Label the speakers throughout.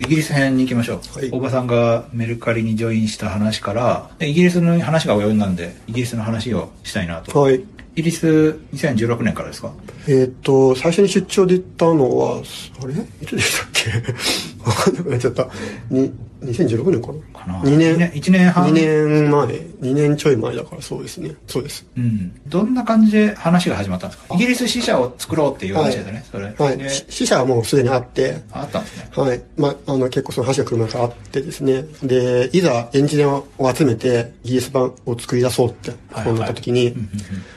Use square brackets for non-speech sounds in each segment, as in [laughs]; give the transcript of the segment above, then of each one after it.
Speaker 1: イギリス編に行きましょう。
Speaker 2: はい
Speaker 1: おばさんがメルカリにジョインした話から、でイギリスの話が及んだんで、イギリスの話をしたいなと。
Speaker 2: はい。
Speaker 1: イギリス2016年からですか
Speaker 2: えーっ、と、最初に出張で行ったのは、あれいつでしたっけ [laughs] わかんなくなっちゃった。に、2016年かな
Speaker 1: かな
Speaker 2: 2年
Speaker 1: 一。年一年半
Speaker 2: 2年前。2年ちょい前だからそうですね。そうです。
Speaker 1: うん。どんな感じで話が始まったんですかイギリス支社を作ろうっていう話だよね、それ。
Speaker 2: はい。
Speaker 1: で
Speaker 2: し死者はもうすでにあって、
Speaker 1: あったんですね。
Speaker 2: はい。まあ、あの、結構その話が来る前からあってですね。で、いざエンジニアを集めて、イギリス版を作り出そうって、
Speaker 1: はい
Speaker 2: そうなった時に、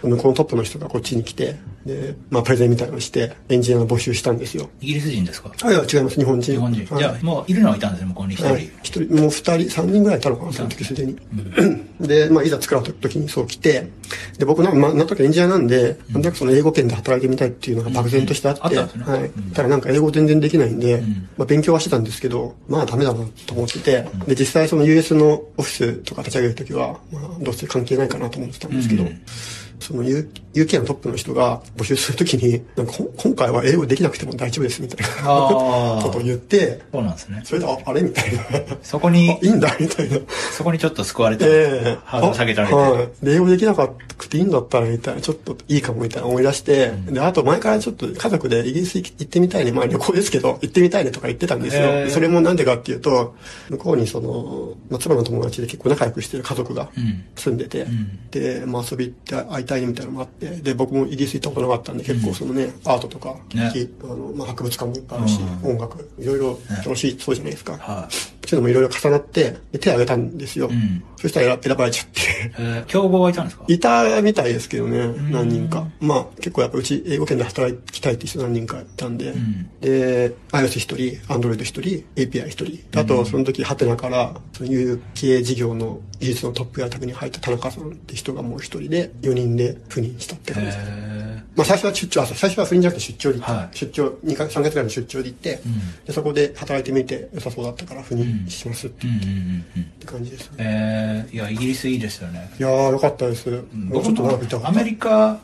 Speaker 2: 向こうのトップの人がこっちに来て、で、まあ、プレゼンみたいなのをして、エンジニアを募集したんですよ。
Speaker 1: イギリス人ですか
Speaker 2: あ、いや、違います。日本人。
Speaker 1: 日本人。
Speaker 2: はい
Speaker 1: いや、もういるのはいたんですね、向こうに一人。
Speaker 2: はい、一人もう二人三人ぐらいいたのかなその時すでに、で、まあ、いざ作ろうと時にそう来てで僕なん,、まあ、なんとかエンジニアなんで、なんとなくその英語圏で働いてみたいっていうのが漠然としてあって、
Speaker 1: うんうんあったんですね
Speaker 2: はい
Speaker 1: うん
Speaker 2: ただなんか英語全然できないんで、
Speaker 1: ん
Speaker 2: まあ、勉強はしてたんですけどまあダメだなと思ってて、で実際その US のオフィスとか立ち上げる時は、まあ、どうせ関係ないかなと思ってたんですけど、
Speaker 1: うん
Speaker 2: その U- UK のトップの人が募集するときに、なんかこん今回は英語できなくても大丈夫ですみたいな
Speaker 1: あー
Speaker 2: [laughs] ことを言って、
Speaker 1: そうなんですね。
Speaker 2: それで、ああれみ
Speaker 1: [laughs]
Speaker 2: たいな。
Speaker 1: そこに
Speaker 2: あ、いいんだみたいな。
Speaker 1: そこにちょっと救われて、
Speaker 2: ええ
Speaker 1: ハードル下げられて。
Speaker 2: あはい。で英語できなかったくていいんだったら、みたいな、ちょっといいかも、みたいな思い出して、で、あと前からちょっと家族でイギリス行ってみたいね、まあ旅行ですけど、行ってみたいねとか言ってたんですよ。
Speaker 1: ええ
Speaker 2: それもなんでかっていうと、向こうにその、まあ妻の友達で結構仲良くしてる家族が
Speaker 1: うん
Speaker 2: 住んでて、
Speaker 1: ん
Speaker 2: で、まあ遊び行って会いたいねみたいなのもあって、で、僕もイギリス行ったことなかったんで、結構そのね、アートとか、
Speaker 1: ね
Speaker 2: 劇あの、まあ博物館もいっぱいあるし、
Speaker 1: うん
Speaker 2: 音楽、いろいろ楽しい、そうじゃないですか。
Speaker 1: はい、
Speaker 2: そういうのもいろいろ重なって、で手を挙げたんですよ。
Speaker 1: ん
Speaker 2: そしたら選選ばれちゃって。 [laughs]
Speaker 1: えー競合はいたんですか
Speaker 2: いたみたいですけどね、何人か。まあ結構やっぱうち英語圏で働きたいって人何人かいたんで、
Speaker 1: ん
Speaker 2: で、iOS 一人、Android 一人、API 一人。あとその時、ハテナから、その UK 事業の技術のトップや宅に入った田中さんって人がもう一人で、4人で赴任したって
Speaker 1: え
Speaker 2: 感じです。
Speaker 1: ー
Speaker 2: まあ最初は出張、あそう最初は不倫じゃなくて出張で行った。
Speaker 1: はい
Speaker 2: 出張、二か3ヶ月ぐらいの出張で行って、で、そこで働いてみて良さそうだったから不倫しますって
Speaker 1: うん
Speaker 2: 言
Speaker 1: う
Speaker 2: っ
Speaker 1: ん
Speaker 2: て、
Speaker 1: うんうん
Speaker 2: って感じですね。
Speaker 1: えーいや、イギリスいいですよね。
Speaker 2: いやー、よかったです。もう
Speaker 1: 僕
Speaker 2: ちょっと長
Speaker 1: も
Speaker 2: くいたか
Speaker 1: ア
Speaker 2: った
Speaker 1: メ。リカ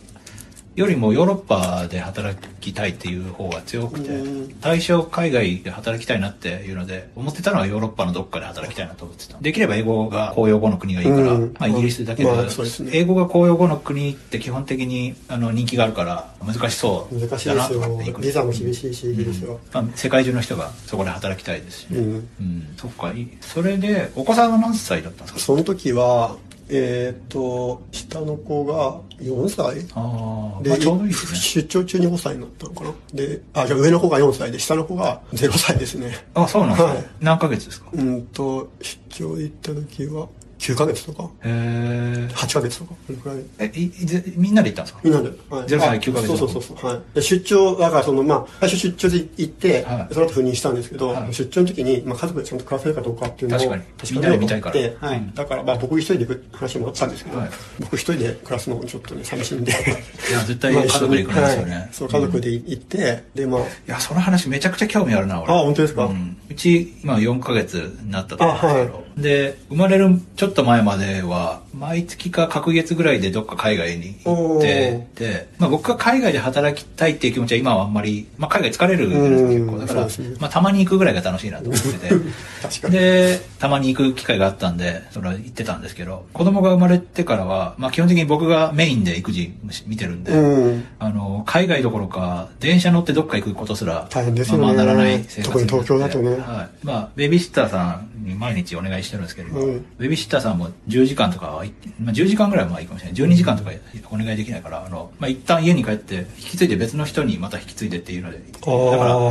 Speaker 1: よりもヨーロッパで働きたいっていう方が強くて
Speaker 2: うん、
Speaker 1: 対象海外で働きたいなっていうので、思ってたのはヨーロッパのどっかで働きたいなと思ってた。できれば英語が公用語の国がいいから、
Speaker 2: うん
Speaker 1: まあイギリスだけど、
Speaker 2: まあそうですね
Speaker 1: 英語が公用語の国って基本的にあの人気があるから難しそう
Speaker 2: 難しい
Speaker 1: だ
Speaker 2: で
Speaker 1: な
Speaker 2: す
Speaker 1: と思って行
Speaker 2: よ。
Speaker 1: く
Speaker 2: ビザも厳しいし、イギリスは。
Speaker 1: まあ、世界中の人がそこで働きたいですしね、
Speaker 2: う
Speaker 1: うん
Speaker 2: ん
Speaker 1: そっかいそれでお子さんは何歳だったんですか
Speaker 2: その時は、えーっと、下の子が4歳
Speaker 1: ああ、
Speaker 2: で、
Speaker 1: まあ、ちょうどいいですね
Speaker 2: 出張中に5歳になったのかなで、あ、じゃあ上の子が4歳で、下の子が0歳ですね。
Speaker 1: あそうなんですか、
Speaker 2: はい
Speaker 1: 何ヶ月ですかへ
Speaker 2: うんと、出張行った時は9ヶ月とか、
Speaker 1: え
Speaker 2: 8ヶ月とか、それくらい
Speaker 1: えいいぜみんなで行ったんですか
Speaker 2: みんなで。はい、
Speaker 1: 0歳
Speaker 2: はい
Speaker 1: 9ヶ月
Speaker 2: そうそうそうそう。はいで、出張、だからその、まあ、最初出張で行って、
Speaker 1: はい
Speaker 2: その後赴任したんですけど、
Speaker 1: はい
Speaker 2: 出張の時に、まあ、家族でちゃんと暮らせるかどうかっていうのを、
Speaker 1: 確かに
Speaker 2: 確
Speaker 1: みん
Speaker 2: か
Speaker 1: なで
Speaker 2: めよう
Speaker 1: 見
Speaker 2: と
Speaker 1: たい
Speaker 2: 思
Speaker 1: から
Speaker 2: って、は
Speaker 1: うん
Speaker 2: い。だから、まあ、僕一人で行く話もあったんですけど、
Speaker 1: はい
Speaker 2: 僕一人で暮らすのもちょっとね、寂しいんで。
Speaker 1: いや絶対家族で行くんですよね、
Speaker 2: はいそう、家族で行って、で、まあ、
Speaker 1: いやその話めちゃくちゃ興味あるな俺
Speaker 2: あ本当ですか
Speaker 1: うん、うち今4ヶ月になったところですけど、
Speaker 2: あは
Speaker 1: で生まれるちょっと前までは毎月か隔月ぐらいでどっか海外に行ってで、まあ、僕が海外で働きたいっていう気持ちは今はあんまり、まあ、海外疲れるじゃないですか結構
Speaker 2: うん
Speaker 1: だから、
Speaker 2: そうですね
Speaker 1: まあ、たまに行くぐらいが楽しいなと思ってて
Speaker 2: [laughs] 確かに。
Speaker 1: で、たまに行く機会があったんで、それは行ってたんですけど、子供が生まれてからは、まあ基本的に僕がメインで育児し見てるんで、
Speaker 2: うん。
Speaker 1: あの、海外どころか、電車乗ってどっか行くことすら、
Speaker 2: 大変ですよね
Speaker 1: まあまあならない生活
Speaker 2: 特に東京だとね
Speaker 1: はい。まあ、ベビーシッターさんに毎日お願いしてるんですけれど、
Speaker 2: うん
Speaker 1: ベビーシッターさんも10時間とかは、まあ10時間ぐらいはまあいいかもしれない。12時間とかお願いできないから、あの、まあ一旦家に帰って、引き継いで別の人にまた引き継いでっていうので、だ
Speaker 2: あ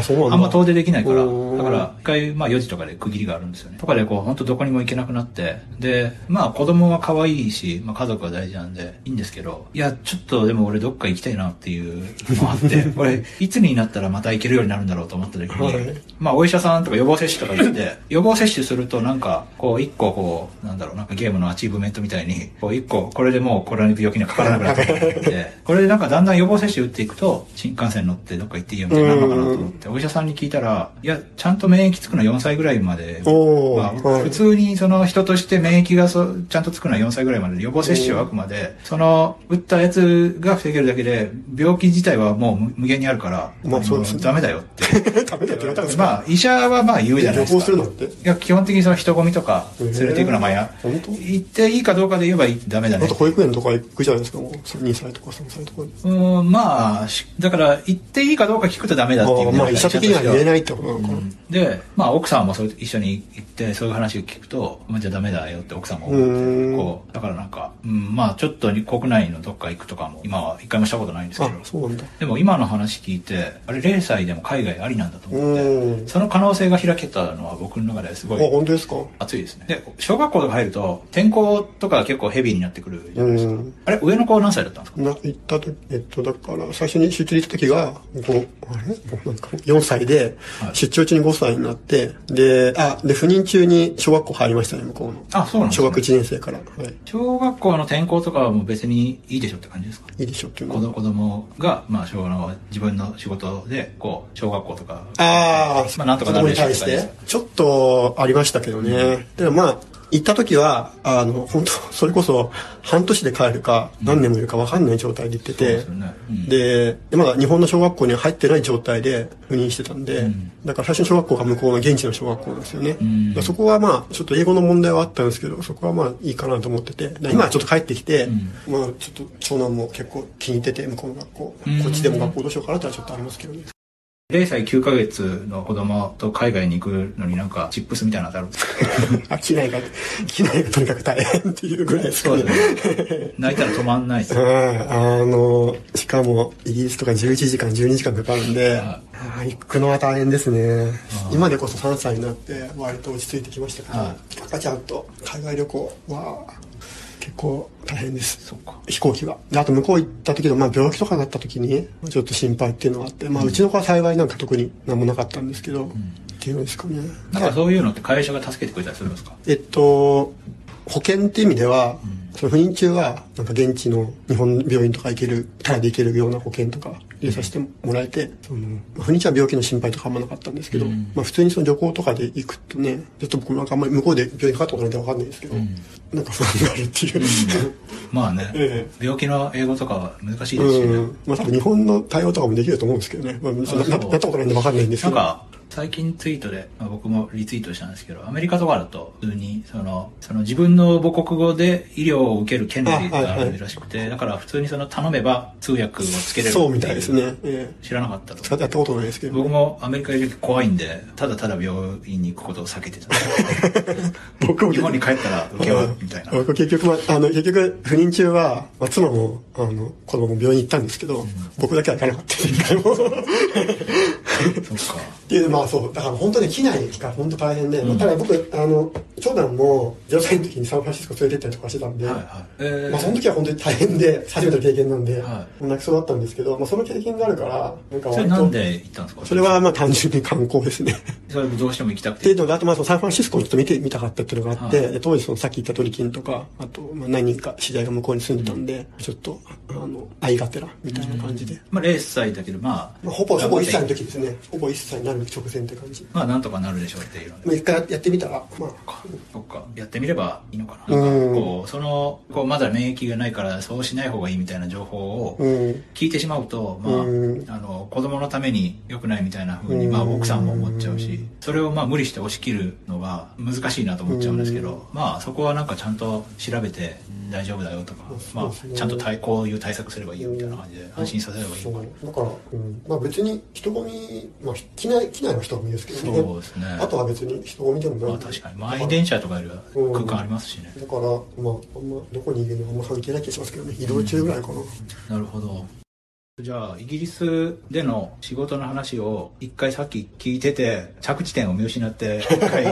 Speaker 2: ーそうな
Speaker 1: か
Speaker 2: んだ
Speaker 1: ら、あんま遠出できないから、
Speaker 2: うん
Speaker 1: だから、一回、まあ4時とかで区切りがあるんですよね。とかでこう、本当どこにも行けなくなって、で、まあ子供は可愛いし、まあ家族は大事なんで、いいんですけど、いや、ちょっとでも俺どっか行きたいなっていうのもあ
Speaker 2: [laughs]
Speaker 1: って、これ、いつになったらまた行けるようになるんだろうと思った時に、
Speaker 2: はい
Speaker 1: まあお医者さんとか予防接種とか行って、予防接種する [laughs] ると、なんか、こう、一個こう、なんだろう、なんかゲームのアチーブメントみたいに、こう、一個、これでもう、これに病気にはかからなくなってくるんで、
Speaker 2: [laughs]
Speaker 1: これでなんかだんだん予防接種打っていくと、新幹線乗ってどっか行っていいよみたいになるのかなと思って、お医者さんに聞いたら、いや、ちゃんと免疫つくのは4歳ぐらいまで、
Speaker 2: おー
Speaker 1: まあ
Speaker 2: はい
Speaker 1: 普通にその人として免疫がそちゃんとつくのは4歳ぐらいまでで、予防接種はあくまで、その、打ったやつが防げるだけで、病気自体はもう無無限にあるから、
Speaker 2: まあそうですね
Speaker 1: のダメだよ
Speaker 2: [laughs]
Speaker 1: って。
Speaker 2: ダメだって言われたんですか、
Speaker 1: まあ、医者はまあ言うじゃないですか。
Speaker 2: 旅行するのって
Speaker 1: いや、基本的にその人混みとか連れて行くのはまあや、
Speaker 2: えー本当
Speaker 1: 行っていいかどうかで言えばいいダメだ
Speaker 2: あ
Speaker 1: ね
Speaker 2: と。保育園とか行くじゃないですか、もう2歳とか3歳とか。
Speaker 1: うーん、まあ、しだから、行っていいかどうか聞くとダメだっていう
Speaker 2: あ
Speaker 1: 意
Speaker 2: あ
Speaker 1: 味
Speaker 2: ま
Speaker 1: なんだ
Speaker 2: あ医者的には言えないってことなのかな。
Speaker 1: で、まあ、奥さんもそう一緒に行って、そういう話を聞くと、まあ、じゃあダメだよって奥さんも思
Speaker 2: う
Speaker 1: っ
Speaker 2: ー
Speaker 1: て、
Speaker 2: ん
Speaker 1: こう、だからなんか、うん、まあ、ちょっとに国内のどっか行くとかも、今は一回もしたことないんですけど
Speaker 2: あ、、そうなんだ。
Speaker 1: でも今の話聞いて、あれ0歳でも海外ありなんだと
Speaker 2: う
Speaker 1: 思って、
Speaker 2: ーん。
Speaker 1: その可能性が開けたのは僕の中です
Speaker 2: あ、
Speaker 1: ごい
Speaker 2: 本当ですか
Speaker 1: 暑いですね。で、小学校とか入ると、転校とか結構ヘビーになってくるじゃ
Speaker 2: う
Speaker 1: ないですか。
Speaker 2: ん。
Speaker 1: あれ、上の子は何歳だったんですか
Speaker 2: な、行ったと、えっと、だから、最初に出張行った時が、5、あれもうなんか4歳で
Speaker 1: は、い
Speaker 2: 出張中に5歳になって、で、あ、で、赴任中に小学校入りましたね、向こうの。
Speaker 1: あ、そうなんです
Speaker 2: 小
Speaker 1: ね
Speaker 2: 学1年生から。はい。
Speaker 1: 小学校の転校とかはもう別にいいでしょって感じですか
Speaker 2: いいでしょっていう
Speaker 1: 子
Speaker 2: の
Speaker 1: 供
Speaker 2: は。
Speaker 1: 子供が、まあ、小学校自分の仕事で、こう、小学校とか。
Speaker 2: ああ、
Speaker 1: まあ、なんとか
Speaker 2: 子
Speaker 1: な
Speaker 2: 供
Speaker 1: る
Speaker 2: に
Speaker 1: でしょ
Speaker 2: 対
Speaker 1: って感じで
Speaker 2: して
Speaker 1: すか。
Speaker 2: ちょっとありましたけどね。でもまあ、行った時は、あの、本当それこそ、半年で帰るか、何年もいるか分かんない状態で行って
Speaker 1: そう
Speaker 2: て、
Speaker 1: ですよね。うん
Speaker 2: で、まだ日本の小学校には入ってない状態で赴任してたんで、
Speaker 1: ん
Speaker 2: だから最初の小学校が向こうの現地の小学校なんですよね。
Speaker 1: ん
Speaker 2: だからそこはまあ、ちょっと英語の問題はあったんですけど、そこはまあいいかなと思ってて、だから今はちょっと帰ってきて、まあちょっと長男も結構気に入ってて、向こうの学校、
Speaker 1: うん
Speaker 2: こっちでも学校どうしようかなってのはちょっとありますけどね。
Speaker 1: 0歳9ヶ月の子供と海外に行くのになんか、チップスみたいなのってあるんですか
Speaker 2: [laughs] あ、機内が、機内がとにかく大変っていうぐらいですか
Speaker 1: そう
Speaker 2: ね。
Speaker 1: ですね。泣いたら止まんないです
Speaker 2: う
Speaker 1: よ。
Speaker 2: んあの、しかも、イギリスとか11時間、12時間かかるんで、
Speaker 1: は
Speaker 2: あー行くのは大変ですね。今でこそ3歳になって、割と落ち着いてきましたから、
Speaker 1: はい
Speaker 2: 赤ちゃんと海外旅行は、結構大変です
Speaker 1: そ。っか。
Speaker 2: 飛行機は。であと向こう行った時の、まあ病気とかになった時に、ちょっと心配っていうのがあって、まあうちの子は幸いなんか特に何もなかったんですけど、っていうのですかね。
Speaker 1: なんかそういうのって会社が助けてくれたりするんですか
Speaker 2: えっと、保険って意味では、その不妊中は、なんか現地の日本の病院とか行ける、タダで行けるような保険とか入れさせてもらえて、その、まあ不妊中は病気の心配とかあんまなかったんですけど、
Speaker 1: うん
Speaker 2: まあ普通にその旅行とかで行くとね、ちょっと僕なんかあんまり向こうで病院かかったことないんでわかんないですけど、なんか不安があるっていう。
Speaker 1: まあね、
Speaker 2: え
Speaker 1: 病気の英語とかは難しいですしね。
Speaker 2: うん。まあ多分日本の対応とかもできると思うんですけどね。まあ、そんな
Speaker 1: そ
Speaker 2: な
Speaker 1: う
Speaker 2: なったことないんでわかんないんですけ
Speaker 1: なん
Speaker 2: ど。
Speaker 1: か、最近ツイートで、まあ、僕もリツイートしたんですけど、アメリカとかだと、普通に、その、その自分の母国語で医療を受ける権利があるらしくて、だから普通にその頼めば通訳をつけれるってう
Speaker 2: そうみたいですね。ええ
Speaker 1: 知らなかったと。
Speaker 2: 使ってやったことないですけど。
Speaker 1: 僕もアメリカ行く時怖いんで、ただただ病院に行くことを避けてた。
Speaker 2: [laughs] 僕も
Speaker 1: 日本に帰ったら受けようみたいな。
Speaker 2: 僕結局、まあ、あの、結局、不妊中は、まあ、妻も、あの、子供も病院行ったんですけど、僕だけは行かなかったです一回も
Speaker 1: そっか。
Speaker 2: っていう、まあそう、だから本当に機内が本当大変で、まあただ僕、あの、長男も0歳の時にサンフランシスコ連れてったりとかしてたんで、
Speaker 1: はいはい。えー
Speaker 2: まあその時は本当に大変で、初めての経験なんで、
Speaker 1: は
Speaker 2: 泣きそうだったんですけど、まあその経験があるから、なんか
Speaker 1: それ
Speaker 2: 割と
Speaker 1: なんで行ったんですか
Speaker 2: それは、まあ単純に観光ですね。
Speaker 1: それどうしても行きたく
Speaker 2: って
Speaker 1: て
Speaker 2: いう。のが、あとまあそのサンフランシスコをちょっと見てみたかったっていうのがあって、
Speaker 1: はい
Speaker 2: で当時そのさっき言ったトリキンとか、あとまあ何人か知り合いが向こうに住んでたんで、ちょっと、あの、愛がてらみたいな感じで。
Speaker 1: まあ0歳だけど、まあ。
Speaker 2: まあ、ほぼ、ほぼ1歳の時ですね。ほぼ1歳になる直前って感じ。
Speaker 1: まあなんとかなるでしょうっていうので
Speaker 2: まあ一回やってみたら、まあ、
Speaker 1: そっかやってみればいいのかな,、
Speaker 2: うん
Speaker 1: こうそのこうまだ免疫がないからそうしない方がいいみたいな情報を
Speaker 2: うん。
Speaker 1: 聞いてしまうと、まあ
Speaker 2: うん
Speaker 1: あの子供のために良くないみたいな風に、まあ、
Speaker 2: うん
Speaker 1: 奥さんも思っちゃうしそれをまあ無理して押し切るのが難しいなと思っちゃうんですけど、まあそこはなんかちゃんと調べて大丈夫だよとか、ま
Speaker 2: そうです
Speaker 1: あ、
Speaker 2: ね
Speaker 1: ちゃんと対こういう対策すればいいよみたいな感じで安心させればいい
Speaker 2: そ
Speaker 1: の
Speaker 2: う
Speaker 1: かな、
Speaker 2: だから、うん、まあ別に人混み、まあ機内、機内の人混みですけどね。
Speaker 1: そうですね
Speaker 2: あとは別に人混みでもない
Speaker 1: まあ、
Speaker 2: んで。
Speaker 1: 確かに満員電車とかよりは空間ありますしね、
Speaker 2: だから、まあ、あんま、どこにいるのかあんま関係ない気がしますけどね。移動中ぐらいかな。
Speaker 1: なるほどじゃあ、イギリスでの仕事の話を一回さっき聞いてて、着地点を見失って、一回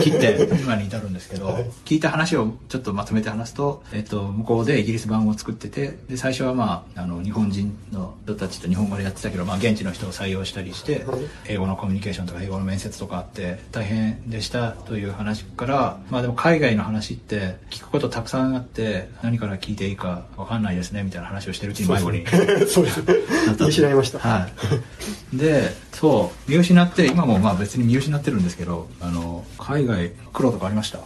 Speaker 1: 切って今に至るんですけど、聞いた話をちょっとまとめて話すと、えっと、向こうでイギリス版を作ってて、で、最初はまあ、あの、日本人の人たちと日本語でやってたけど、まあ、現地の人を採用したりして、英語のコミュニケーションとか英語の面接とかあって、大変でしたという話から、まあでも海外の話って聞くことたくさんあって、何から聞いていいかわかんないですね、みたいな話をしてるうちに迷
Speaker 2: [laughs]
Speaker 1: 子に。
Speaker 2: そうですね。見失いました。
Speaker 1: はい。で、そう、見失って、今もまあ別に見失ってるんですけど、あの、海外、苦労とかありました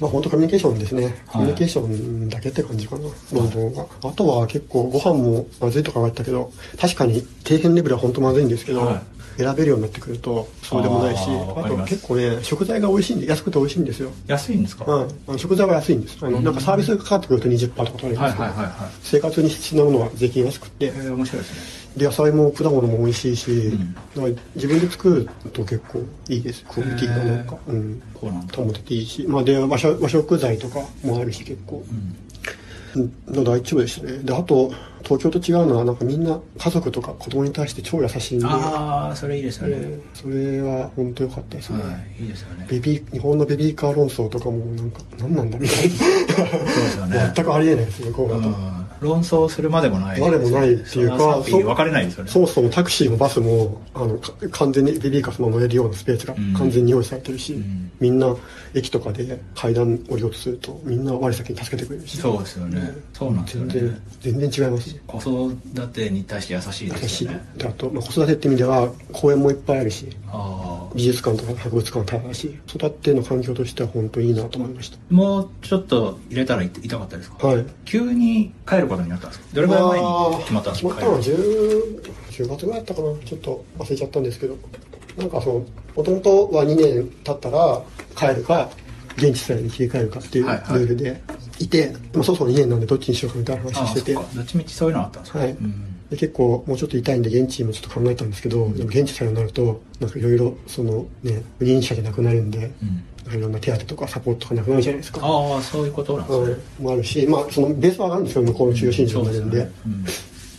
Speaker 2: まあ本当コミュニケーションですね。コミュニケーションだけって感じかな。論文は。あとは結構ご飯もまずいとかがあったけど、確かに底辺レベルは本当まずいんですけど、
Speaker 1: はい
Speaker 2: 選べるようになってくるとそうでもないし、
Speaker 1: あーわ
Speaker 2: あ
Speaker 1: かり
Speaker 2: と
Speaker 1: ます
Speaker 2: 結構ね、食材が美味しいんで、安くて美味しいんですよ。
Speaker 1: 安いんですか、
Speaker 2: うん、あの食材は安いんです。あの、なんかサービスがかかってくると20%とか取れるんで
Speaker 1: はい
Speaker 2: すけど、
Speaker 1: はいはいはい。
Speaker 2: 生活に必要なものは税金安くって
Speaker 1: え、ー、面白いですね。
Speaker 2: で、野菜も果物も美味しいし、
Speaker 1: ん
Speaker 2: だから自分で作ると結構いいです。クオリティがなんか。うん
Speaker 1: こうなんだ。
Speaker 2: 保てていいし、まあ、で和食和食材とかもあるし結構、の大丈夫でしたねであと東京と違うのはなんかみんな家族とか子供に対して超優しいんで、
Speaker 1: ああ、それいいですよね。
Speaker 2: えーそれは本当良かったですね、
Speaker 1: はい、いいですよね。
Speaker 2: ベビー日本のベビーカー論争とかもなんか何なんだみたい
Speaker 1: そうですよ
Speaker 2: な。
Speaker 1: [laughs] ね
Speaker 2: 全くありえないですねこうだと、
Speaker 1: うん論争するまでもない。
Speaker 2: までもないっていうか
Speaker 1: そんな賛否
Speaker 2: そう
Speaker 1: 分かれないですよね。
Speaker 2: そもそもタクシーもバスもあのか完全にベビーカー様乗れるようなスペースが
Speaker 1: ん
Speaker 2: 完全に用意されてるし、
Speaker 1: ん
Speaker 2: みんな駅とかで階段降りようとするとみんな我先に助けてくれるし
Speaker 1: そうですよね。そうなんですよ
Speaker 2: 全
Speaker 1: ね
Speaker 2: 然。全然違いますね
Speaker 1: 子育てに対して優しいです
Speaker 2: 私
Speaker 1: よね。
Speaker 2: あと、まあ、子育てって意味では公園もいっぱいあるし
Speaker 1: ああ。
Speaker 2: 美術館とか博物館もただし育っての環境としては本当にいいなと思いまし
Speaker 1: もうちょっと入れたらい痛かったです
Speaker 2: た
Speaker 1: か
Speaker 2: はい
Speaker 1: 急に帰ることになったんですかどれぐらい前に決まったんですか
Speaker 2: 決まったのは
Speaker 1: 帰る
Speaker 2: 10, 10月ぐらいだったかなちょっと忘れちゃったんですけどなんかそのもともとは2年経ったら帰るか現地祭に切り替えるかっていうル
Speaker 1: はいはい
Speaker 2: ールでいて、まあ、そろそろ2年なんでどっちにしようかみたいな話
Speaker 1: あ
Speaker 2: を
Speaker 1: あ
Speaker 2: し
Speaker 1: そ
Speaker 2: て
Speaker 1: ってかどっちみちそういうのあったんですか、
Speaker 2: はい
Speaker 1: うん
Speaker 2: で結構もうちょっと痛いんで現地もちょっと考えたんですけど、でも現地さえになるとなんかいろいろそのね不妊者じゃなくなるんで、なんかいろんな手当とかサポートとかなくなるじゃないですか。
Speaker 1: ああそういうことなんですね、
Speaker 2: うん、もあるし、まあ、そのベースは上がるんですよ向こうの中心地になるんで,、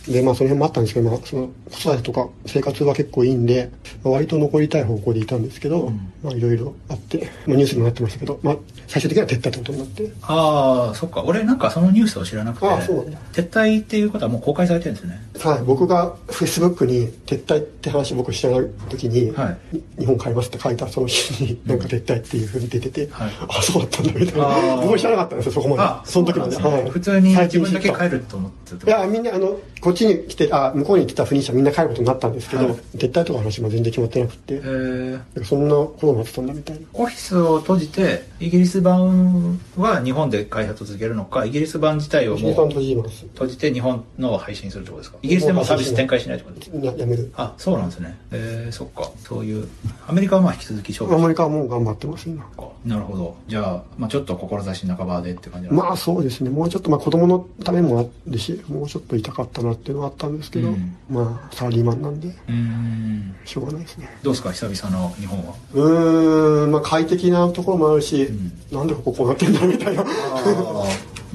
Speaker 2: でまあその辺もあったんですけど、まあ、その子育てとか生活は結構いいんで、まあ、割と残りたい方向でいたんですけど、まあいろいろあって、まあ、ニュースにもなってましたけど、まあ、最終的には撤退ってことになって
Speaker 1: ああそっか俺なんかそのニュースを知らなくて
Speaker 2: ああそうなんだ
Speaker 1: 撤退っていうことはもう公開されてるんですね
Speaker 2: はい、僕がフェイスブックに撤退って話僕知らない時に、
Speaker 1: は
Speaker 2: 日本買いますって書いたその日になんか撤退っていうふうに出てて、
Speaker 1: はい
Speaker 2: あそうだったんだみたい
Speaker 1: あ
Speaker 2: な
Speaker 1: ー
Speaker 2: 僕も知らなかったんですよそこま
Speaker 1: あ
Speaker 2: でその時まで
Speaker 1: うなんすね
Speaker 2: はい
Speaker 1: 普通に
Speaker 2: 最
Speaker 1: 自
Speaker 2: 近
Speaker 1: 分だけ
Speaker 2: 知った
Speaker 1: 帰ると思ってた
Speaker 2: いやみんなあのこっちに来てあ向こうに来た不妊者みんな帰ることになったんですけど、
Speaker 1: はい
Speaker 2: 撤退とかの話も全然決まってなくて、
Speaker 1: えー
Speaker 2: なんかそんなことになってたんだみたいな
Speaker 1: オフィスを閉じてイギリス版は日本で開発を続けるのかイギリス版自体を
Speaker 2: 藤
Speaker 1: も
Speaker 2: 井さん
Speaker 1: う
Speaker 2: 閉じます
Speaker 1: 閉じて日本のを配信するってことですかイギリスでもサービス展開しないってことですか
Speaker 2: ややめる
Speaker 1: あそうなんですねえー、そっかそういうアメリカはまあ引き続き勝負
Speaker 2: アメリカはもう頑張ってます今
Speaker 1: かなるほどじゃあ、まあ、ちょっと志半ばでって感じなんです
Speaker 2: まあそうですねもうちょっとまあ子供のためもあるしもうちょっと痛かったなっていうのはあったんですけど、
Speaker 1: うん
Speaker 2: まあサラリーマンなんで
Speaker 1: うーん
Speaker 2: しょうがないですね
Speaker 1: どうですか久々の日本
Speaker 2: [laughs]
Speaker 1: は
Speaker 2: うーんまあ快適なところもあるし、なんでこここうなってんだみたいなま
Speaker 1: ああう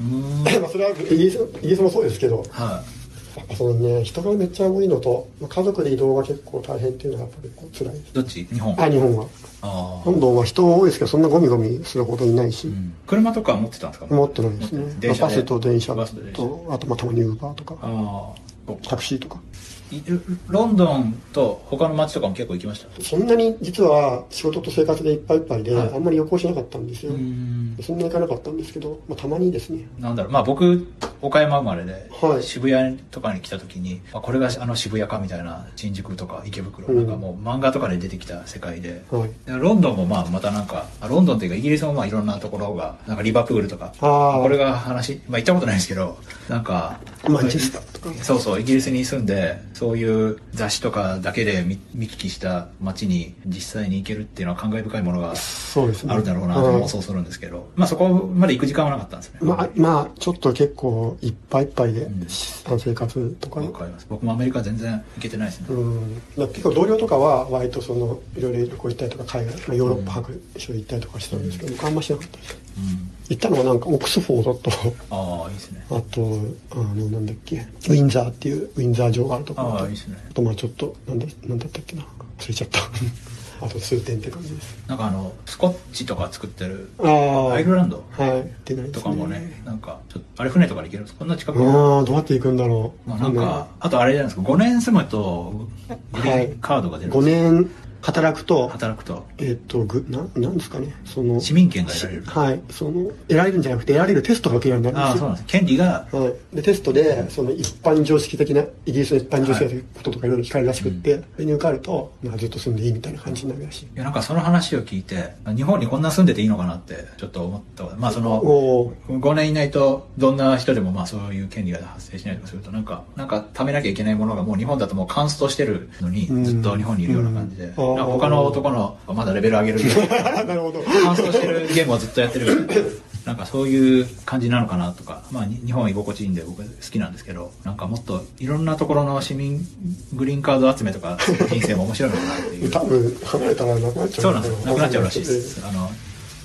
Speaker 1: ー
Speaker 2: [laughs]
Speaker 1: ん
Speaker 2: あそれはイギリスイギリスもそうですけど
Speaker 1: は
Speaker 2: やっぱそのね人がめっちゃ多いのとまあ家族で移動が結構大変っていうのはやっぱ結構辛いです
Speaker 1: いどっち日本
Speaker 2: あ日本は
Speaker 1: ああ、
Speaker 2: ロンドンは人多いですけどそんなゴミゴミするほどいないし、
Speaker 1: うん車とかは持ってたんですか
Speaker 2: 持ってないですね、
Speaker 1: 電車で
Speaker 2: まあバスと電車
Speaker 1: バスと電車
Speaker 2: とあとまあたまにウーバーとか
Speaker 1: ああそっか
Speaker 2: タクシーとか
Speaker 1: いロンドンと他の街とかも結構行きました
Speaker 2: そんなに実は仕事と生活でいっぱいいっぱいで、
Speaker 1: はい
Speaker 2: あんまり旅行しなかったんですよ、
Speaker 1: ん
Speaker 2: そんなに行かなかったんですけど、まあ、たまにですね
Speaker 1: なんだろうまあ僕岡山生まれで、
Speaker 2: はい
Speaker 1: 渋谷とかに来た時にあこれがあの渋谷かみたいな新宿とか池袋、なんかもう漫画とかで出てきた世界で、
Speaker 2: はい
Speaker 1: でロンドンもまあまたなんかあロンドンというかイギリスもまあいろんなところがなんかリバプールとか
Speaker 2: あー
Speaker 1: これが話、まあ、行ったことないですけどなんか
Speaker 2: マンチェスターとか
Speaker 1: そうそうイギリスに住んでそういう雑誌とかだけで見見聞きした街に実際に行けるっていうのは感慨深いものが
Speaker 2: そうですね
Speaker 1: あるだろうなと
Speaker 2: はい
Speaker 1: 妄想するんですけど、まあそこまで行く時間はなかったんですね、
Speaker 2: まあ、まあ、ちょっと結構いっぱいいっぱいで、生活とか、
Speaker 1: わかります僕もアメリカ全然行けてないですね、
Speaker 2: うん、なんか結構同僚とかは割とそのいろいろ旅行行ったりとか海外、まあ、ヨーロッパ博一緒に行ったりとかしたんですけど、僕あんましなかったです
Speaker 1: [laughs]
Speaker 2: 行ったのはなんかオックスフォードと
Speaker 1: ああいいですね
Speaker 2: あとあのなんだっけウィウィンザーっていうウィンザー城があるところ
Speaker 1: ああ、
Speaker 2: と
Speaker 1: いいですね。
Speaker 2: あとまあちょっとなんだなんだったっけな忘れちゃった
Speaker 1: [laughs]
Speaker 2: あと数点って感じです
Speaker 1: なんかあの、スコッチとか作ってる、
Speaker 2: ああ
Speaker 1: ア
Speaker 2: は
Speaker 1: イ
Speaker 2: い
Speaker 1: ルランド
Speaker 2: 出ないですね
Speaker 1: とかもね、なんか、ちょっと、あれ船とかで行けるんですかこんな近く
Speaker 2: ああどうやって行くんだろう、
Speaker 1: まあなんか、あとあれじゃないですか、5年住むと、グリ
Speaker 2: はい
Speaker 1: ーンカードが出るん
Speaker 2: 5
Speaker 1: ですよ
Speaker 2: 年働くと
Speaker 1: 働くと、
Speaker 2: えっとぐななんですかねその
Speaker 1: 市民権が得られる。
Speaker 2: はいその得られるんじゃなくて得られるテストが受けられるようにな
Speaker 1: あ
Speaker 2: るん
Speaker 1: あ、そう
Speaker 2: ですよ
Speaker 1: なんです。権利が、
Speaker 2: はい、でテストでその一般常識的なイギリスの一般常識的なこととかいろいろ聞かれるらしくって、それに受かると、まあ、ずっと住んでいいみたいな感じになるらしい
Speaker 1: いや、なんかその話を聞いて、日本にこんな住んでていいのかなって、ちょっと思った。まあそ
Speaker 2: お
Speaker 1: の、
Speaker 2: お
Speaker 1: 5年いないと、どんな人でもまあそういう権利が発生しないとかすると、なんか、なんか貯めなきゃいけないものがもう日本だともうカンストしてるのに、
Speaker 2: うん
Speaker 1: ずっと日本にいるような感じで、
Speaker 2: う
Speaker 1: なん
Speaker 2: ん
Speaker 1: か他の男の、まだレベル上げるみたいな。
Speaker 2: ー [laughs] なるほど
Speaker 1: 乾燥してるゲームをずっとやってるみたいな。なんかそういう感じなのかなとか、まあに日本は居心地いいんで僕好きなんですけど、なんかもっといろんなところの市民グリーンカード集めとか人生も面白いのかなっていう。
Speaker 2: 多分離れたらなくなっちゃう
Speaker 1: そうなんですよ。なくなっちゃうらしいです。あの、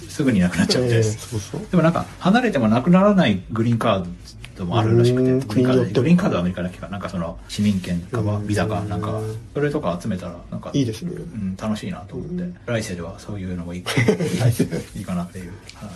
Speaker 1: すぐになくなっちゃうみたい
Speaker 2: ええ
Speaker 1: です。
Speaker 2: そうそう
Speaker 1: でもなんか離れてもなくならないグリーンカードもあるらしく
Speaker 2: う
Speaker 1: て
Speaker 2: ん
Speaker 1: グリーンカード
Speaker 2: 国によって
Speaker 1: グリーンカードはアメリカだっけかなんかその市民権かは
Speaker 2: うん
Speaker 1: ビザかなんかはそれとか集めたらなんか
Speaker 2: いいですね [laughs]
Speaker 1: うん、楽しいなと思って、来世ではそういうのもいいいいかなっていう、はい